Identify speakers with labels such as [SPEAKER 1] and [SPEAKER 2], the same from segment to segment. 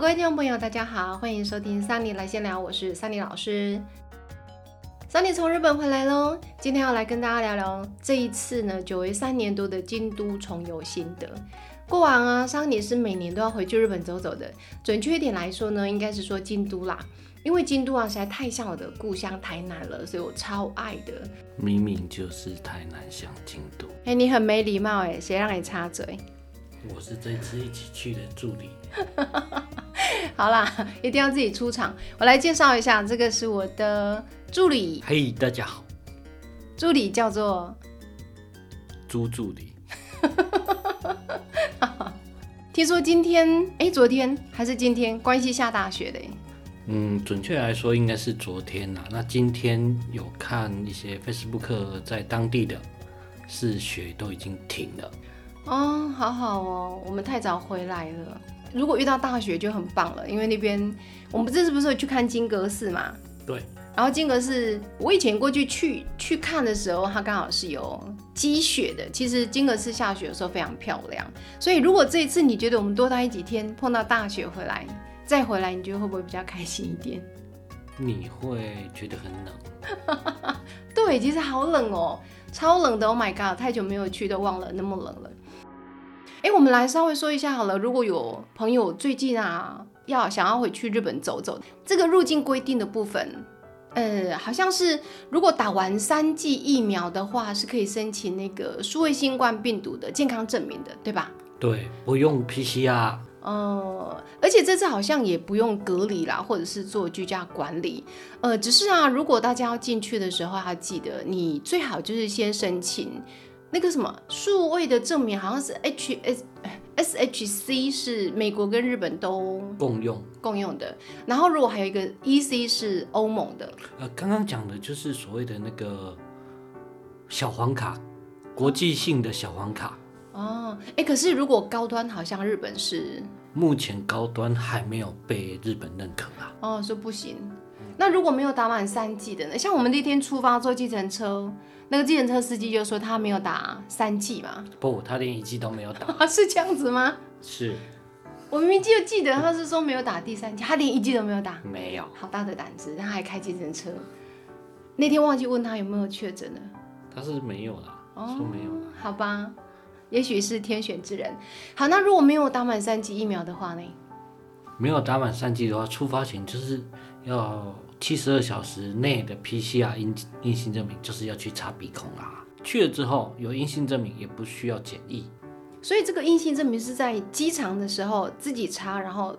[SPEAKER 1] 各位听众朋友，大家好，欢迎收听桑尼来闲聊，我是桑尼老师。桑尼从日本回来喽，今天要来跟大家聊聊这一次呢久违三年多的京都重游心得。过往啊，桑尼是每年都要回去日本走走的，准确一点来说呢，应该是说京都啦，因为京都啊实在太像我的故乡台南了，所以我超爱的。
[SPEAKER 2] 明明就是台南乡京都，
[SPEAKER 1] 哎、你很没礼貌哎、谁让你插嘴？
[SPEAKER 2] 我是这次一起去的助理。
[SPEAKER 1] 好啦， 一定要自己出场。我来介绍一下，这个是我的助理，
[SPEAKER 2] 嘿、大家好，
[SPEAKER 1] 助理叫做
[SPEAKER 2] 朱助理。
[SPEAKER 1] 听说今天，哎、昨天还是今天，关系下大雪的耶。
[SPEAKER 2] 嗯，准确来说应该是昨天啦。那今天有看一些 Facebook 在当地的，是雪都已经停了。
[SPEAKER 1] 哦，好好哦，我们太早回来了。如果遇到大雪就很棒了，因为那边我们这次不是有去看金阁寺嘛？
[SPEAKER 2] 对。
[SPEAKER 1] 然后金阁寺，我以前过去去去看的时候，它刚好是有积雪的。其实金阁寺下雪的时候非常漂亮，所以如果这一次你觉得我们多待几天，碰到大雪回来再回来，你觉得会不会比较开心一点？
[SPEAKER 2] 你会觉得很冷，
[SPEAKER 1] 对，其实好冷哦，超冷的。Oh my god，太久没有去都忘了那么冷了。哎，我们来稍微说一下好了，如果有朋友最近啊要想要回去日本走走，这个入境规定的部分，呃，好像是如果打完三剂疫苗的话，是可以申请那个数位新冠病毒的健康证明的，对吧？
[SPEAKER 2] 对，不用 PCR，
[SPEAKER 1] 呃，而且这次好像也不用隔离啦，或者是做居家管理。呃，只是啊，如果大家要进去的时候，要记得你最好就是先申请那个什么数位的证明，好像是 H S 哎 S H C 是美国跟日本都
[SPEAKER 2] 共用。
[SPEAKER 1] 共用的，然后如果还有一个 E C 是欧盟的，
[SPEAKER 2] 呃，刚刚讲的就是所谓的那个小黄卡，国际性的小黄卡。
[SPEAKER 1] 哦，哎，可是如果高端好像日本是
[SPEAKER 2] 目前高端还没有被日本认可啊。
[SPEAKER 1] 哦，说不行。那如果没有打满三剂的呢？像我们那天出发坐计程车，那个计程车司机就说他没有打三剂嘛，
[SPEAKER 2] 不，他连一剂都没有打。
[SPEAKER 1] 啊， 是这样子吗？
[SPEAKER 2] 是，
[SPEAKER 1] 我明明就记得他是说没有打第三剂，他连一剂都没有打，
[SPEAKER 2] 没有。
[SPEAKER 1] 好大的胆子，他还开计程车。那天忘记问他有没有确诊了，
[SPEAKER 2] 他是没有啦，说没有。
[SPEAKER 1] 嗯好吧，也许是天选之人。好，那如果没有打满三剂疫苗的话呢？
[SPEAKER 2] 没有打满三剂的话，出发前就是要七十二小时内的 PCR 阴阴性证明，就是要去插鼻孔啦。去了之后有阴性证明，也不需要检疫。
[SPEAKER 1] 所以这个阴性证明是在机场的时候自己查，然后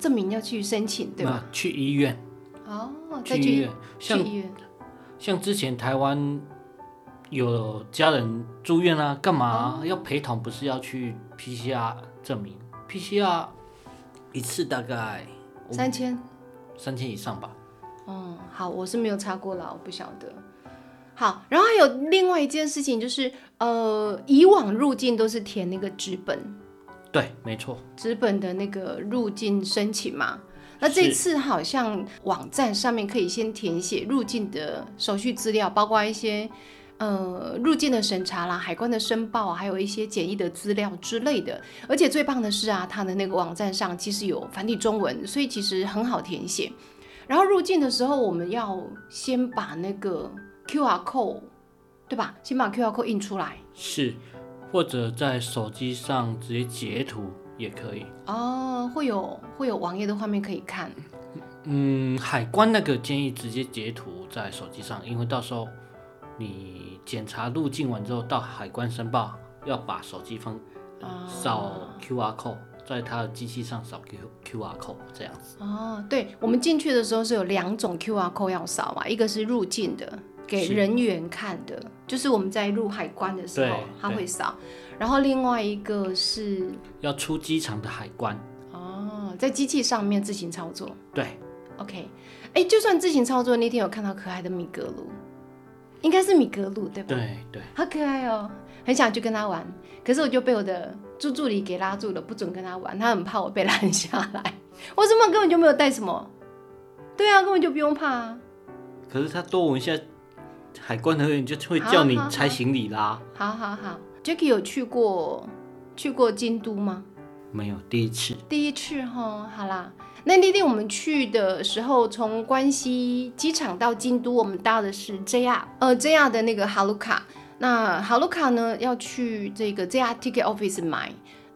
[SPEAKER 1] 证明要去申请，对吧？
[SPEAKER 2] 那去医院，
[SPEAKER 1] 哦，再
[SPEAKER 2] 去医
[SPEAKER 1] 去
[SPEAKER 2] 院，
[SPEAKER 1] 去
[SPEAKER 2] 像
[SPEAKER 1] 医院
[SPEAKER 2] 像之前台湾有家人住院啊，干嘛啊、
[SPEAKER 1] 哦
[SPEAKER 2] 要陪同？不是要去 PCR 证明？PCR 一次大概
[SPEAKER 1] 三千。
[SPEAKER 2] 三千以上吧。
[SPEAKER 1] 嗯，好，我是没有查过啦，我不晓得。好，然后还有另外一件事情就是，呃，以往入境都是填那个纸本
[SPEAKER 2] 对，没错。
[SPEAKER 1] 纸本的那个入境申请嘛。那这次好像网站上面可以先填写入境的手续资料，包括一些呃入境的审查啦、海关的申报啊，还有一些简易的资料之类的。而且最棒的是啊，它的那个网站上其实有繁体中文，所以其实很好填写。然后入境的时候，我们要先把那个 QR code，对吧？先把 QR code 印出来。
[SPEAKER 2] 是，或者在手机上直接截图也可以。
[SPEAKER 1] 哦，会有会有网页的画面可以看。
[SPEAKER 2] 嗯，海关那个建议直接截图在手机上，因为到时候你检查入境完之后到海关申报，要把手机放、呃
[SPEAKER 1] 哦
[SPEAKER 2] 扫 QR code，在他的机器上扫 Q QR code 这样子。
[SPEAKER 1] 哦，对，我们进去的时候是有两种 QR code 要扫啊，一个是入境的，给
[SPEAKER 2] 是
[SPEAKER 1] 人员看的，就是我们在入海关的时候
[SPEAKER 2] 对
[SPEAKER 1] 他
[SPEAKER 2] 对
[SPEAKER 1] 会扫，然后另外一个是
[SPEAKER 2] 要出机场的海关，
[SPEAKER 1] 哦，在机器上面自行操作。
[SPEAKER 2] 对，
[SPEAKER 1] OK，哎，就算自行操作，那天有看到可爱的米格鲁，应该是米格鲁对吧？
[SPEAKER 2] 对对，
[SPEAKER 1] 好可爱哦，很想去跟他玩，可是我就被我的助助理给拉住了，不准跟他玩，他很怕我被拦下来。 我这么根本就没有带什么，对啊，根本就不用怕啊。
[SPEAKER 2] 可是他多闻一下海关人员就会叫你
[SPEAKER 1] 好好好
[SPEAKER 2] 拆行李啦。
[SPEAKER 1] 好好好，Jacky 有去过去过京都吗？
[SPEAKER 2] 没有第一次，
[SPEAKER 1] 第一次哈，好啦。那那天我们去的时候，从关西机场到京都，我们搭的是 JR，呃，JR 的那个哈鲁卡。那哈鲁卡呢，要去这个 JR Ticket Office 买，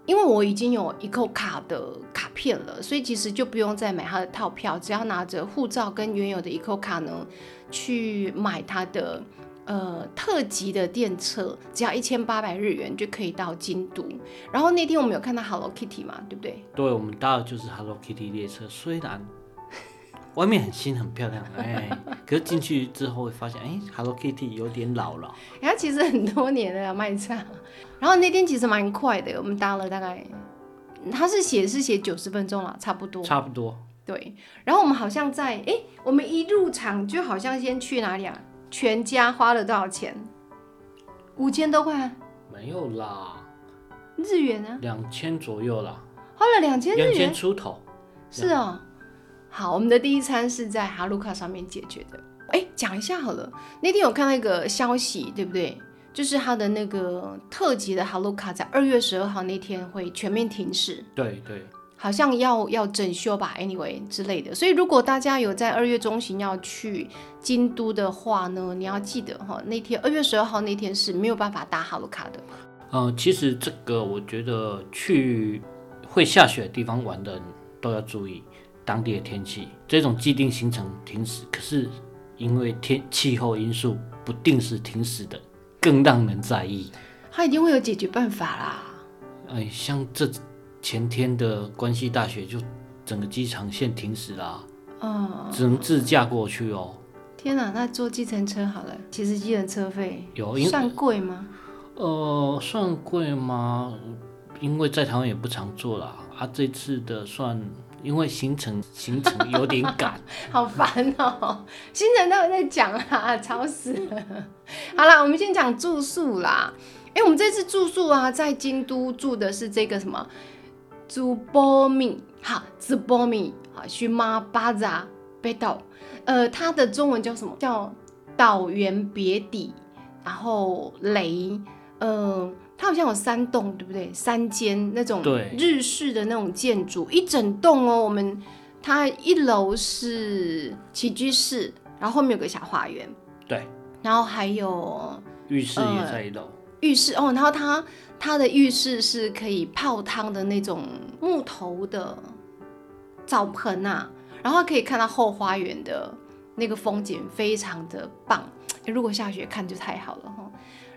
[SPEAKER 1] 因为我已经有一扣卡的卡片了，所以其实就不用再买它的套票，只要拿着护照跟原有的一扣卡呢，去买它的呃特级的电车，只要一千八百日元就可以到京都。然后那天我们有看到 Hello Kitty 嘛，对不对？
[SPEAKER 2] 对我们搭的就是 Hello Kitty 列车，虽然 外面很新很漂亮，哎、可是进去之后会发现，哎、h e l l o Kitty 有点老了，
[SPEAKER 1] 然后其实很多年了卖唱，然后那天其实蛮快的，我们搭了大概，他是写是写九十分钟了，差不多。
[SPEAKER 2] 差不多。
[SPEAKER 1] 对，然后我们好像在哎，我们一入场就好像先去哪里啊？全家花了多少钱？五千多块啊
[SPEAKER 2] 没有啦，
[SPEAKER 1] 日元呢、
[SPEAKER 2] 两千左右啦，
[SPEAKER 1] 花了两千
[SPEAKER 2] 两
[SPEAKER 1] 日元
[SPEAKER 2] 千。出头。
[SPEAKER 1] 是哦，好，我们的第一餐是在哈鲁卡上面解决的。哎，讲一下好了，那天有看到一个消息，对不对？就是他的那个特级的哈鲁卡在二月十二号那天会全面停驶，
[SPEAKER 2] 对对，
[SPEAKER 1] 好像要要整修吧，anyway 之类的。所以如果大家有在二月中旬要去京都的话呢，你要记得哈，那天二月十二号那天是没有办法搭哈鲁卡的。
[SPEAKER 2] 嗯，其实这个我觉得去会下雪的地方玩的人都要注意当地的天气。这种既定行程停驶，可是因为天气候因素不定时停驶的，更让人在意。
[SPEAKER 1] 他一定会有解决办法啦。
[SPEAKER 2] 哎，像这前天的关西大学就整个机场线停驶啦、
[SPEAKER 1] 嗯，
[SPEAKER 2] 只能自驾过去哦。
[SPEAKER 1] 天哪，那坐计程车好了。其实计程车费
[SPEAKER 2] 有因
[SPEAKER 1] 算贵吗？
[SPEAKER 2] 呃，算贵吗？因为在台湾也不常做啦，啊，这次的算，因为行程行程有点 赶，
[SPEAKER 1] 好烦哦、新人到底在讲啊，吵死了。好啦，我们先讲住宿啦。哎、我们这次住宿啊，在京都住的是这个什么祖波米，好，祖波米，好，荨麻巴扎北岛，呃，它的中文叫什么？叫岛原别邸，然后雷，呃，它好像有三栋，对不对？三间那种
[SPEAKER 2] 对
[SPEAKER 1] 日式的那种建筑，一整栋哦。我们它一楼是起居室，然后后面有个小花园，
[SPEAKER 2] 对，
[SPEAKER 1] 然后还有
[SPEAKER 2] 浴室
[SPEAKER 1] 嗯
[SPEAKER 2] 也在一楼，
[SPEAKER 1] 浴室哦，然后它它的浴室是可以泡汤的那种木头的澡盆啊，然后可以看到后花园的那个风景，非常的棒。诶如果下雪看就太好了哈。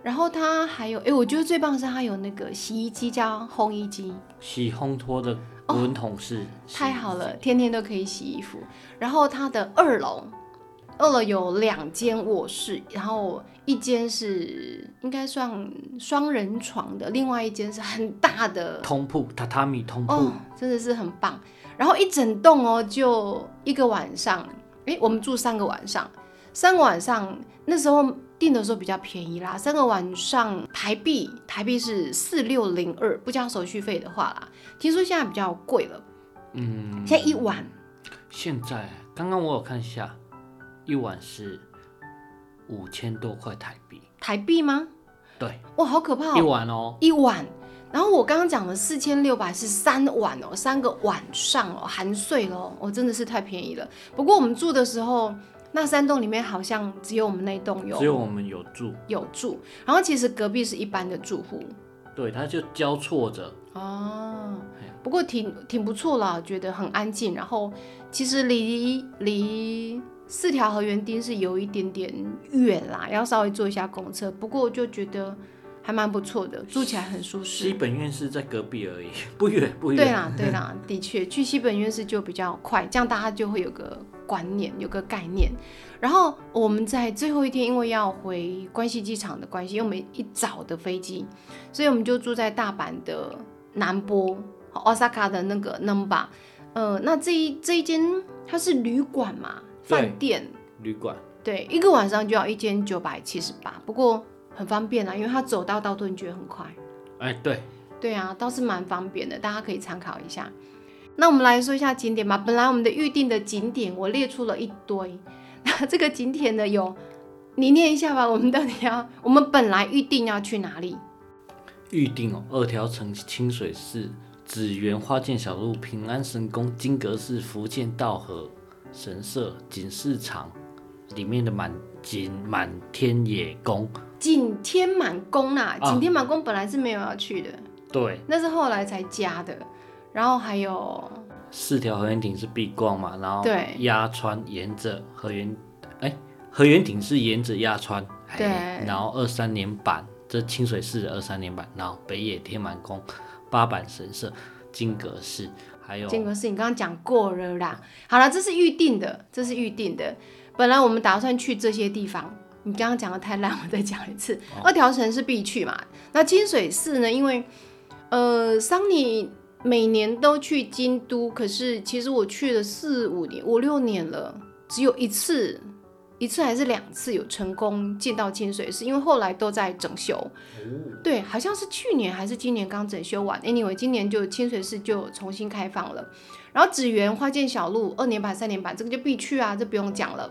[SPEAKER 1] 然后它还有，哎，我觉得最棒的是它有那个洗衣机加烘衣机，
[SPEAKER 2] 洗烘托的滚筒式，
[SPEAKER 1] 哦太好了，天天都可以洗衣服。然后它的二楼，二楼有两间卧室，然后一间是应该算双人床的，另外一间是很大的，
[SPEAKER 2] 通铺榻榻米通铺，
[SPEAKER 1] 哦，真的是很棒。然后一整栋哦，就一个晚上，诶，我们住三个晚上，三个晚上那时候订的时候比较便宜啦，三个晚上台币台币是四六零二，不加手续费的话啦，听说现在比较贵了，
[SPEAKER 2] 嗯，
[SPEAKER 1] 现在一晚。
[SPEAKER 2] 现在刚刚我有看一下，一晚是五千多块台币，
[SPEAKER 1] 台币吗？
[SPEAKER 2] 对，
[SPEAKER 1] 哇，好可怕
[SPEAKER 2] 一
[SPEAKER 1] 哦！
[SPEAKER 2] 晚哦，
[SPEAKER 1] 一晚，然后我刚刚讲的四千六百是三晚哦，三个晚上哦，含税喽，哦，真的是太便宜了。不过我们住的时候，那三栋里面好像只有我们那一栋有
[SPEAKER 2] 只有我们有住，
[SPEAKER 1] 有住，然后其实隔壁是一般的住户
[SPEAKER 2] 对，它就交错着，
[SPEAKER 1] 哦，不过挺挺不错啦，觉得很安静。然后其实离离四条河园町是有一点点远啦，要稍微坐一下公车。不过我就觉得还蛮不错的，住起来很舒适
[SPEAKER 2] 西。本院是在隔壁而已， 不远不
[SPEAKER 1] 对
[SPEAKER 2] 远，
[SPEAKER 1] 啦，对啦， 的确，去西本院士就比较快，这样大家就会有个观念，有个概念。然后我们在最后一天，因为要回关西机场的关系，因为我们一早的飞机，所以我们就住在大阪的南波，Osaka 的那个 Number。呃，那这一这一间它是旅馆嘛，
[SPEAKER 2] 对
[SPEAKER 1] 饭店，
[SPEAKER 2] 旅馆。
[SPEAKER 1] 对，一个晚上就要一千九百七十八，不过很方便啊啦，因为它走到道顿觉很快。
[SPEAKER 2] 哎，对，
[SPEAKER 1] 对啊，倒是蛮方便的，大家可以参考一下。那我们来说一下景点吧。本来我们的预定的景点，我列出了一堆。 那这个景点呢，有你念一下吧。我们到底要， 我们本来预定要去哪里？
[SPEAKER 2] 预定哦，二条城清水寺、紫园花见小路、平安神宫、金阁寺、福建道和神社、警市场里面的满景满天野宫，
[SPEAKER 1] 景天满宫啦，
[SPEAKER 2] 啊
[SPEAKER 1] 景天满宫本来是没有要去的，
[SPEAKER 2] 对，
[SPEAKER 1] 那是后来才加的。然后还有
[SPEAKER 2] 四条河原町是必逛嘛，然后
[SPEAKER 1] 对
[SPEAKER 2] 鸭川沿着河原，哎，河原町是沿着鸭川，哎
[SPEAKER 1] 对
[SPEAKER 2] 然后二三年版这清水寺的二三年版，然后北野天满宫、八坂神社、金阁寺，还有
[SPEAKER 1] 间隔寺，你刚刚讲过了啦。好了，这是预定的，这是预定的。本来我们打算去这些地方，你刚刚讲的太烂，我再讲一次。
[SPEAKER 2] 哦
[SPEAKER 1] 二条城是必去嘛，那清水寺呢？因为呃，桑尼每年都去京都，可是其实我去了四五年、五六年了，只有一次。一次还是两次有成功进到清水寺，因为后来都在整修。对，好像是去年还是今年刚整修完。Anyway，今年就清水寺就重新开放了。然后紫园花见小路二年版、三年版，这个就必去啊，这不用讲了。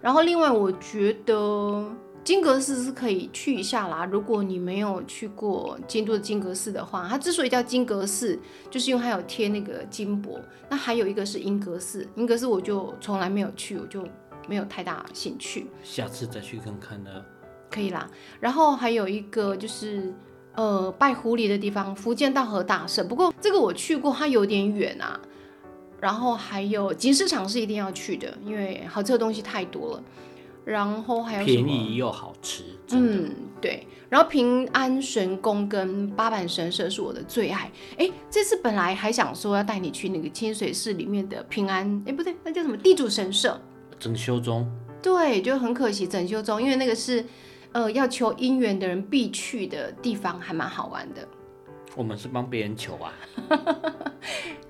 [SPEAKER 1] 然后另外我觉得金阁寺是可以去一下啦，如果你没有去过京都的金阁寺的话，它之所以叫金阁寺，就是因为它有贴那个金箔。那还有一个是银阁寺，银阁寺我就从来没有去，我就没有太大兴趣。
[SPEAKER 2] 下次再去看看呢。
[SPEAKER 1] 可以啦。然后还有一个就是呃拜狐狸的地方，福建道和大社。不过这个我去过，它有点远啊。然后还有集市场是一定要去的，因为好吃的东西太多了。然后哦还有什
[SPEAKER 2] 便
[SPEAKER 1] 么？
[SPEAKER 2] 宜又好吃，真的。
[SPEAKER 1] 嗯，对。然后平安神宫跟八坂神社是我的最爱。哎，这次本来还想说要带你去那个清水寺里面的平安，哎不对，那叫什么地主神社？
[SPEAKER 2] 整修中
[SPEAKER 1] 对，就很可惜整修中，因为那个是呃要求姻缘的人必去的地方，还蛮好玩的。
[SPEAKER 2] 我们是帮别人求啊，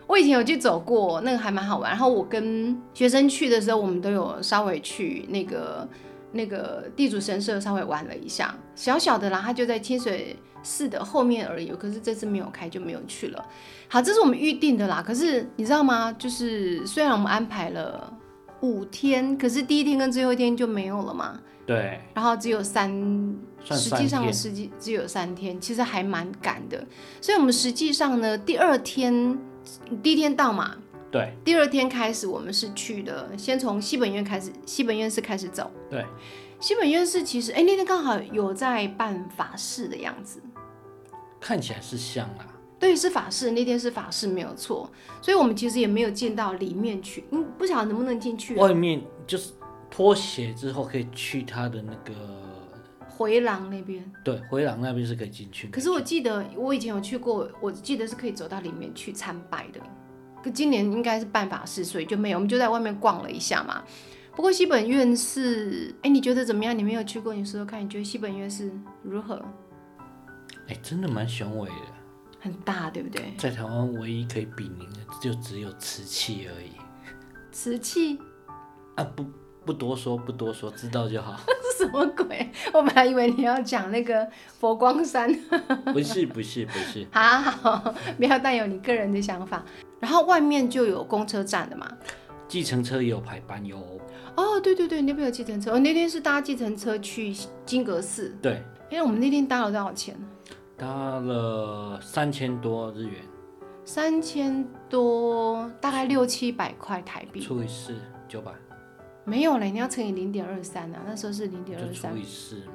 [SPEAKER 1] 我以前有去走过，那个还蛮好玩。然后我跟学生去的时候，我们都有稍微去那个那个地主神社稍微玩了一下，小小的啦，它就在清水寺的后面而已。可是这次没有开，就没有去了。好，这是我们预定的啦。可是你知道吗？就是虽然我们安排了五天，可是第一天跟最后一天就没有了嘛。
[SPEAKER 2] 对，
[SPEAKER 1] 然后只有三，
[SPEAKER 2] 算
[SPEAKER 1] 实
[SPEAKER 2] 三
[SPEAKER 1] 际上
[SPEAKER 2] 天
[SPEAKER 1] 实际只有三天，其实还蛮赶的。所以我们实际上呢，第二天第一天到嘛，
[SPEAKER 2] 对
[SPEAKER 1] 第二天开始我们是去的，先从西本院开始，西本院是开始走。
[SPEAKER 2] 对，
[SPEAKER 1] 西本院是其实哎那天刚好有在办法事的样子，
[SPEAKER 2] 看起来是像啊，
[SPEAKER 1] 对，是法事，那天是法事没有错，所以我们其实也没有进到里面去，嗯，不晓得能不能进去、啊。
[SPEAKER 2] 外面就是脱鞋之后可以去它的那个，
[SPEAKER 1] 回廊那边，
[SPEAKER 2] 对，回廊那边是可以进去的。
[SPEAKER 1] 可是我记得我以前有去过，我记得是可以走到里面去参拜的。可今年应该是办法事，所以就没有，我们就在外面逛了一下嘛。不过西本院是，哎、你觉得怎么样？你没有去过，你说说看，你觉得西本院是如何？
[SPEAKER 2] 哎、真的蛮雄伟的，
[SPEAKER 1] 很大，对不对？
[SPEAKER 2] 在台湾唯一可以比邻的就只有瓷器而已
[SPEAKER 1] 瓷器
[SPEAKER 2] 啊，不不多说，不多说，知道就好。
[SPEAKER 1] 是什么鬼？我本来以为你要讲那个佛光山。
[SPEAKER 2] 不是不是不是，
[SPEAKER 1] 好 好，不要带有你个人的想法。然后外面就有公车站了嘛，
[SPEAKER 2] 计程车也有排班哟。
[SPEAKER 1] 哦，对对对，那边有计程车。我、哦那天是搭计程车去金阁寺，
[SPEAKER 2] 对，
[SPEAKER 1] 因为我们那天搭了多少钱？
[SPEAKER 2] 搭了三千多日元，
[SPEAKER 1] 三千多，大概六七百块台币。
[SPEAKER 2] 除以四九百，
[SPEAKER 1] 没有嘞，你要乘以零点二三啊，那时候是零点
[SPEAKER 2] 就
[SPEAKER 1] 二
[SPEAKER 2] 除
[SPEAKER 1] 三
[SPEAKER 2] 以四嘛。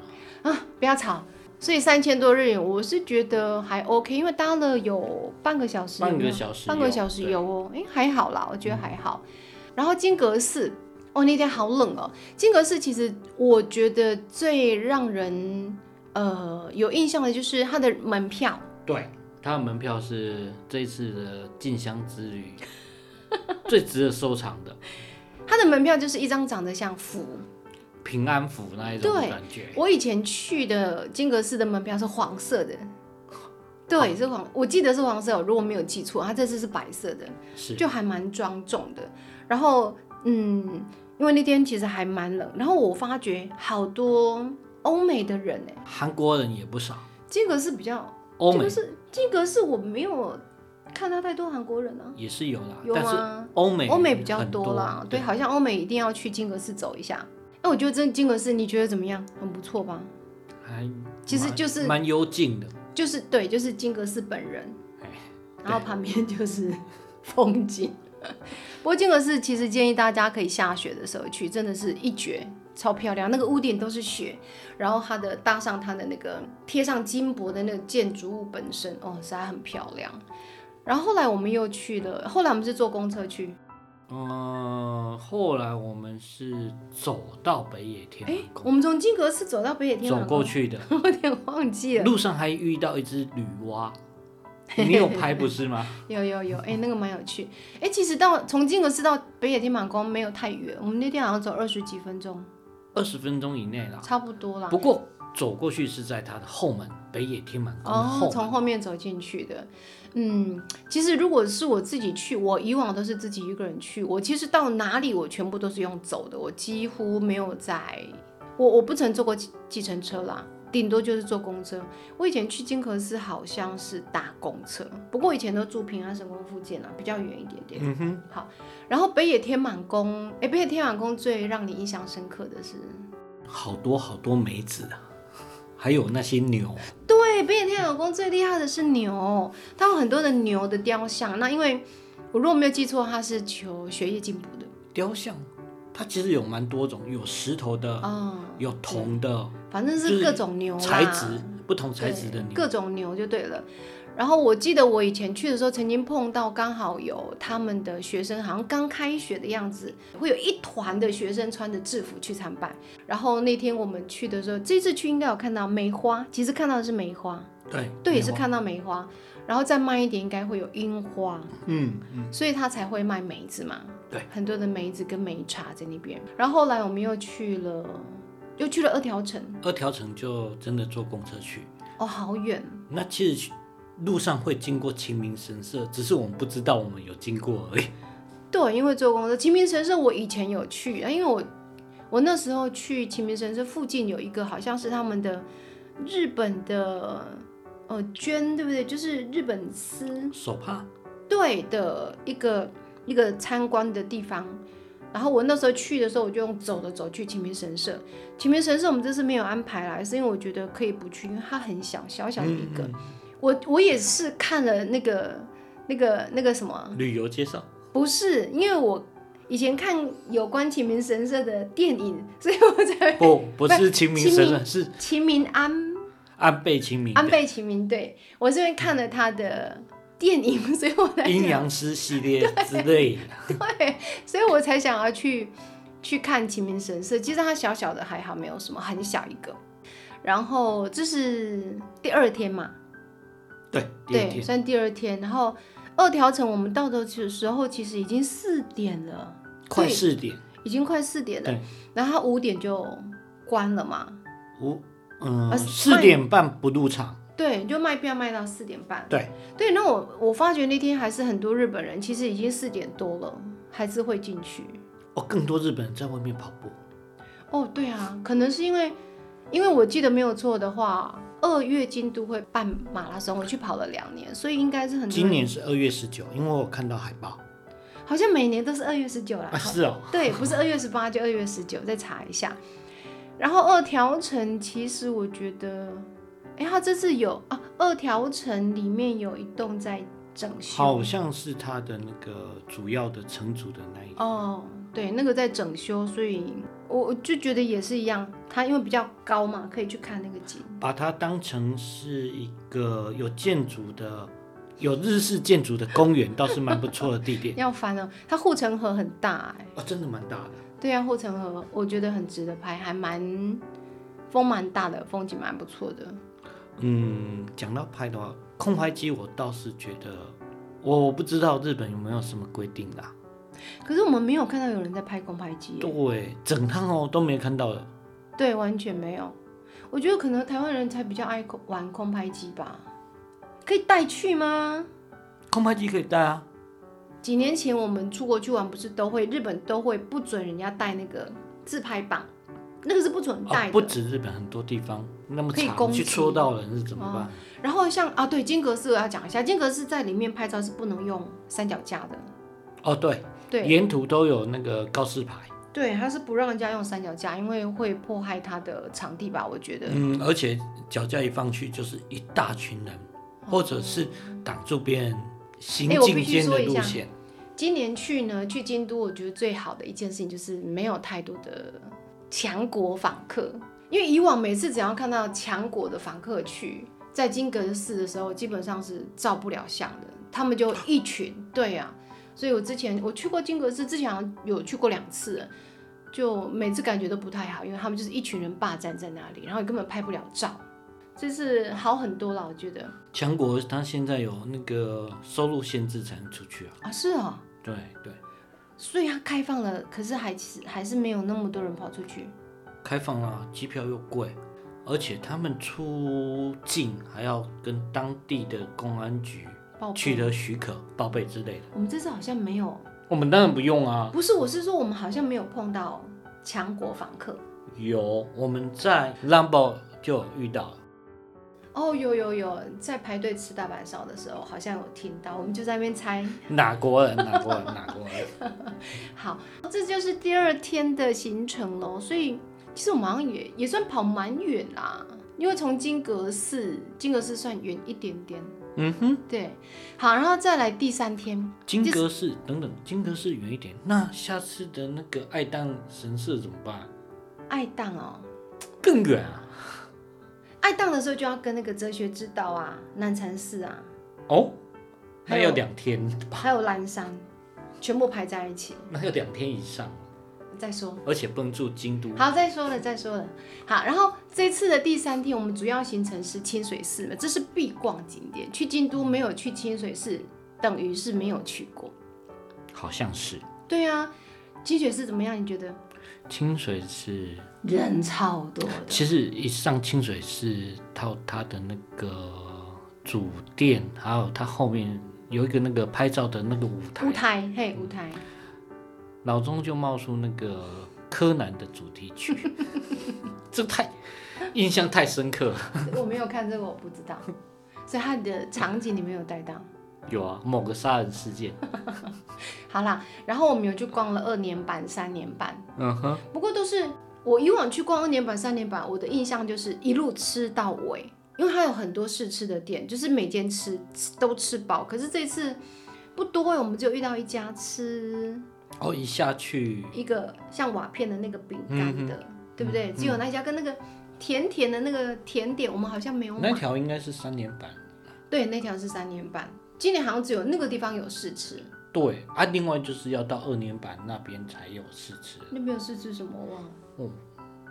[SPEAKER 1] 啊，不要吵。所以三千多日元，我是觉得还 OK，因为搭了有半个小时有
[SPEAKER 2] 半
[SPEAKER 1] 没有，
[SPEAKER 2] 个小时有，
[SPEAKER 1] 半个小时
[SPEAKER 2] 对
[SPEAKER 1] 有哦，诶，还好啦，我觉得还好。然后金阁寺，哦，那天好冷哦。金阁寺其实我觉得最让人呃有印象的就是它的门票，
[SPEAKER 2] 对，它的门票是这一次的进香之旅最值得收藏的
[SPEAKER 1] 它的门票就是一张长得像符。
[SPEAKER 2] 平安符那一种
[SPEAKER 1] 对
[SPEAKER 2] 感觉。
[SPEAKER 1] 我以前去的金阁寺的门票是黄色的，对，是黄，我记得是黄色哦，如果没有记错，它这次是白色的。
[SPEAKER 2] 是，
[SPEAKER 1] 就还蛮庄重的。然后，嗯，因为那天其实还蛮冷，然后我发觉好多欧美的人哎、
[SPEAKER 2] 韩国人也不少，
[SPEAKER 1] 金格是比较，
[SPEAKER 2] 欧
[SPEAKER 1] 金
[SPEAKER 2] 美
[SPEAKER 1] 格是金格是我没有看到太多韩国人啊，
[SPEAKER 2] 也是有啦，
[SPEAKER 1] 有
[SPEAKER 2] 但是
[SPEAKER 1] 吗？
[SPEAKER 2] 欧美
[SPEAKER 1] 欧美
[SPEAKER 2] 很
[SPEAKER 1] 比较
[SPEAKER 2] 多
[SPEAKER 1] 啦，对，
[SPEAKER 2] 对，
[SPEAKER 1] 好像欧美一定要去金格寺走一下。哎，我觉得这金格寺你觉得怎么样？很不错吧？
[SPEAKER 2] 还
[SPEAKER 1] 其实
[SPEAKER 2] 蛮
[SPEAKER 1] 就是
[SPEAKER 2] 蛮幽静的，
[SPEAKER 1] 就是对，就是金格寺本人
[SPEAKER 2] 哎。
[SPEAKER 1] 然后旁边就是 风景。不过金阁寺其实建议大家可以下雪的时候去，真的是一绝，超漂亮。那个屋顶都是雪，然后它的搭上它的那个贴上金箔的那个建筑物本身，哦，实在很漂亮。然后后来我们又去了，后来我们是坐公车去，
[SPEAKER 2] 嗯，后来我们是走到北野天
[SPEAKER 1] 哎
[SPEAKER 2] 王，
[SPEAKER 1] 我们从金阁寺走到北野天
[SPEAKER 2] 宫，
[SPEAKER 1] 王
[SPEAKER 2] 走
[SPEAKER 1] 宫
[SPEAKER 2] 过，去的，
[SPEAKER 1] 我有点忘记了。
[SPEAKER 2] 路上还遇到一只女 娲，你有拍不是吗？
[SPEAKER 1] 有有有，哎、那个蛮有趣。哎、其实到从金阁寺到北野天满宫没有太远，我们那天好像走二十几分钟，
[SPEAKER 2] 二十分钟以内啦。
[SPEAKER 1] 差不多啦。
[SPEAKER 2] 不过走过去是在它的后门，北野天满宫的
[SPEAKER 1] 哦，
[SPEAKER 2] 后门。
[SPEAKER 1] 从后面走进去的。嗯，其实如果是我自己去，我以往都是自己一个人去。我其实到哪里我全部都是用走的，我几乎没有在，我我不曾坐过计计程车啦，顶多就是坐公车。我以前去金阁寺好像是搭公车，不过以前都住平安神宫附近啊啦，比较远一点点。
[SPEAKER 2] 嗯哼，
[SPEAKER 1] 然后北野天满宫，哎，北野天满宫最让你印象深刻的是，
[SPEAKER 2] 好多好多梅子啊，还有那些牛。
[SPEAKER 1] 对，北野天满宫最厉害的是牛，它有很多的牛的雕像。那因为我如果没有记错，它是求学业进步的，
[SPEAKER 2] 雕像，它其实有蛮多种，有石头的，
[SPEAKER 1] 嗯，
[SPEAKER 2] 有铜的，
[SPEAKER 1] 反正是各种牛啦
[SPEAKER 2] 哦
[SPEAKER 1] 啊
[SPEAKER 2] 材质不同材质的
[SPEAKER 1] 对
[SPEAKER 2] 牛。
[SPEAKER 1] 各种牛就对了。然后我记得我以前去的时候，曾经碰到刚好有他们的学生，好像刚开学的样子，会有一团的学生穿着制服去参拜。然后那天我们去的时候，这次去应该有看到梅花，其实看到的是梅花，
[SPEAKER 2] 对
[SPEAKER 1] 对，也
[SPEAKER 2] 牛
[SPEAKER 1] 是看到梅花。然后再慢一点，应该会有樱花，
[SPEAKER 2] 嗯嗯，
[SPEAKER 1] 所以他才会卖梅子嘛。
[SPEAKER 2] 对，
[SPEAKER 1] 很多的梅子跟梅茶在那边。然后后来我们又去了，又去了二条城，
[SPEAKER 2] 二条城就真的坐公车去。
[SPEAKER 1] 哦，好远。
[SPEAKER 2] 那其实路上会经过清明神社，只是我们不知道我们有经过而已。
[SPEAKER 1] 对，因为做工作，清明神社我以前有去，啊因为我我那时候去清明神社附近有一个好像是他们的日本的呃捐，对不对？就是日本丝
[SPEAKER 2] 手帕，
[SPEAKER 1] 对的一个一个参观的地方。然后我那时候去的时候，我就用走的走去清明神社。清明神社我们这次没有安排来，是因为我觉得可以不去，因为它很小，小小的一个。我我也是看了那个那个那个什么啊，
[SPEAKER 2] 旅游 介绍。
[SPEAKER 1] 不是，因为我以前看有关秦明神社的电影，所以我 才会
[SPEAKER 2] 不，不是清明神社，是
[SPEAKER 1] 秦明安
[SPEAKER 2] 安倍晴 明
[SPEAKER 1] 安
[SPEAKER 2] 的
[SPEAKER 1] 倍秦明，对我是因为看了他的电影，所以我才
[SPEAKER 2] 阴阳师系列之类的。
[SPEAKER 1] 对，所以我才想要去去看秦明神社。其实它小小的还好，没有什么，很小一个。然后这是第二天嘛，
[SPEAKER 2] 对，第二
[SPEAKER 1] 对，
[SPEAKER 2] 天
[SPEAKER 1] 算第二天。然后二条城我们到的时候其实已经四点了。
[SPEAKER 2] 快四点，
[SPEAKER 1] 已经快四点了
[SPEAKER 2] 对，
[SPEAKER 1] 然后他五点就关了嘛，
[SPEAKER 2] 五嗯
[SPEAKER 1] 啊
[SPEAKER 2] 四点半不入场。
[SPEAKER 1] 对，就卖票卖到四点半。
[SPEAKER 2] 对
[SPEAKER 1] 对，那我我发觉那天还是很多日本人，其实已经四点多了，还是会进去。
[SPEAKER 2] 哦，更多日本人在外面跑步。
[SPEAKER 1] 哦，对啊，可能是因为，因为我记得没有错的话，二月京都会办马拉松，我去跑了两年，所以应该是很多人
[SPEAKER 2] 今年是二月十九，因为我有看到海报
[SPEAKER 1] 好像每年都是二月十九啦
[SPEAKER 2] 啊，。是哦，
[SPEAKER 1] 对，不是二月十八就二月十九，再查一下。然后二条城，其实我觉得，哎，它这次有啊，二条城里面有一栋在整修，
[SPEAKER 2] 好像是他的那个主要的城主的那一
[SPEAKER 1] 哦，对，那个在整修，所以我我就觉得也是一样，它因为比较高嘛，可以去看那个景。
[SPEAKER 2] 把它当成是一个有建筑的、有日式建筑的公园，倒是蛮不错的地 点。
[SPEAKER 1] 要翻了，它护城河很大哎、
[SPEAKER 2] 哦，真的蛮大的。
[SPEAKER 1] 对啊，护城河我觉得很值得拍，还蛮风蛮大的，风景蛮不错的。
[SPEAKER 2] 嗯，讲到拍的话，空拍机我倒是觉得，我我不知道日本有没有什么规定啦。
[SPEAKER 1] 可是我们没有看到有人在拍空拍机耶、
[SPEAKER 2] 对，整趟哦都没看到的。
[SPEAKER 1] 对，完全没有。我觉得可能台湾人才比较爱空玩空拍机吧，可以带去吗？
[SPEAKER 2] 空拍机可以带啊，
[SPEAKER 1] 几年前我们出国去玩，不是都会日本都会不准人家带那个自拍棒，那个是不准带
[SPEAKER 2] 哦、
[SPEAKER 1] 的。
[SPEAKER 2] 不止日本，很多地方那么
[SPEAKER 1] 可以
[SPEAKER 2] 长，
[SPEAKER 1] 攻
[SPEAKER 2] 去
[SPEAKER 1] 击
[SPEAKER 2] 戳到人是怎么办？
[SPEAKER 1] 然后像啊，对，金格斯我要讲一下，金格斯在里面拍照是不能用三脚架的，
[SPEAKER 2] 哦，对，
[SPEAKER 1] 对
[SPEAKER 2] 沿途都有那个告示牌。
[SPEAKER 1] 对，他是不让人家用三脚架，因为会迫害他的场地吧，我觉得。
[SPEAKER 2] 嗯，而且脚架一放去就是一大群人，或者是挡住别人行
[SPEAKER 1] 哦哎我必
[SPEAKER 2] 进
[SPEAKER 1] 须
[SPEAKER 2] 间
[SPEAKER 1] 说
[SPEAKER 2] 的
[SPEAKER 1] 一
[SPEAKER 2] 路
[SPEAKER 1] 下
[SPEAKER 2] 线。
[SPEAKER 1] 今年去呢，去京都，我觉得最好的一件事情就是没有太多的强国访客，因为以往每次只要看到强国的访客去，在金阁寺的时候，基本上是照不了相的，他们就一群，对啊，所以我之前我去过金阁寺，之前好像有去过两次了，就每次感觉都不太好，因为他们就是一群人霸占在那里，然后你根本拍不了照，这是好很多了，我觉得
[SPEAKER 2] 强国它现在有那个收入限制才能出去啊。
[SPEAKER 1] 啊，是哦。
[SPEAKER 2] 对对，
[SPEAKER 1] 所以它开放了，可是还是还是没有那么多人跑出去。
[SPEAKER 2] 开放啊，机票又贵，而且他们出境还要跟当地的公安局
[SPEAKER 1] 报
[SPEAKER 2] 取
[SPEAKER 1] 的，
[SPEAKER 2] 得许可、报备之类的。
[SPEAKER 1] 我们这次好像没有，
[SPEAKER 2] 我们当然不用啊，
[SPEAKER 1] 不是，我是说我们好像没有碰到强国访客。
[SPEAKER 2] 有我们在 Lambo 就有遇到了，
[SPEAKER 1] 哦，有有有，在排队吃大阪烧的时候，好像有听到，我们就在那边猜。
[SPEAKER 2] 哪国人？哪国人？哪国人？
[SPEAKER 1] 好，这就是第二天的行程喽。所以其实我们好像也也算跑蛮远啦，因为从金阁寺，金阁寺算远一点点。
[SPEAKER 2] 嗯哼，
[SPEAKER 1] 对，好，然后再来第三天，
[SPEAKER 2] 金阁寺等等，金阁寺远一点。那下次的那个爱宕神社怎么办？
[SPEAKER 1] 爱宕哦，
[SPEAKER 2] 更远啊？
[SPEAKER 1] 爱当的时候就要跟那个哲学之道啊、南禅寺啊，
[SPEAKER 2] 哦，
[SPEAKER 1] 还
[SPEAKER 2] 那
[SPEAKER 1] 有
[SPEAKER 2] 要两天，
[SPEAKER 1] 还有蓝山，全部排在一起。
[SPEAKER 2] 那要两天以上，
[SPEAKER 1] 再说，
[SPEAKER 2] 而且不能住京都。
[SPEAKER 1] 好，再说了，再说了。好，然后这次的第三天，我们主要行程是清水寺嘛，这是必逛景点。去京都没有去清水寺，等于是没有去过。
[SPEAKER 2] 好像是
[SPEAKER 1] 对啊，清水寺怎么样？你觉得？
[SPEAKER 2] 清水寺，
[SPEAKER 1] 人超多的，
[SPEAKER 2] 其实一上清水寺，到它的那个主殿，还有它后面有一个那个拍照的那个舞台，
[SPEAKER 1] 舞台，嘿，舞台。
[SPEAKER 2] 脑中就冒出那个柯南的主 题曲，这太印象太深刻了。
[SPEAKER 1] 我没有看这个，我不知道，所以它的场景你没有带到。
[SPEAKER 2] 有啊，某个杀人事件，
[SPEAKER 1] 好啦，然后我们有去逛了二年版、三年版。
[SPEAKER 2] 嗯哼，
[SPEAKER 1] 不过都是我以往去逛二年版、三年版，我的印象就是一路吃到尾，因为它有很多试吃的店，就是每间吃吃都吃饱。可是这次不多欸我们只有遇到一家吃
[SPEAKER 2] 哦，一下去
[SPEAKER 1] 一个像瓦片的那个饼
[SPEAKER 2] 嗯
[SPEAKER 1] 干的，对不对？只有那家跟那个甜甜的那个甜点，我们好像没有买
[SPEAKER 2] 那。条应该是三年版，
[SPEAKER 1] 对，那条是三年版，今年好像只有那个地方有试吃，
[SPEAKER 2] 对啊，另外就是要到二年版那边才有试吃，
[SPEAKER 1] 那边有试吃什么我忘了。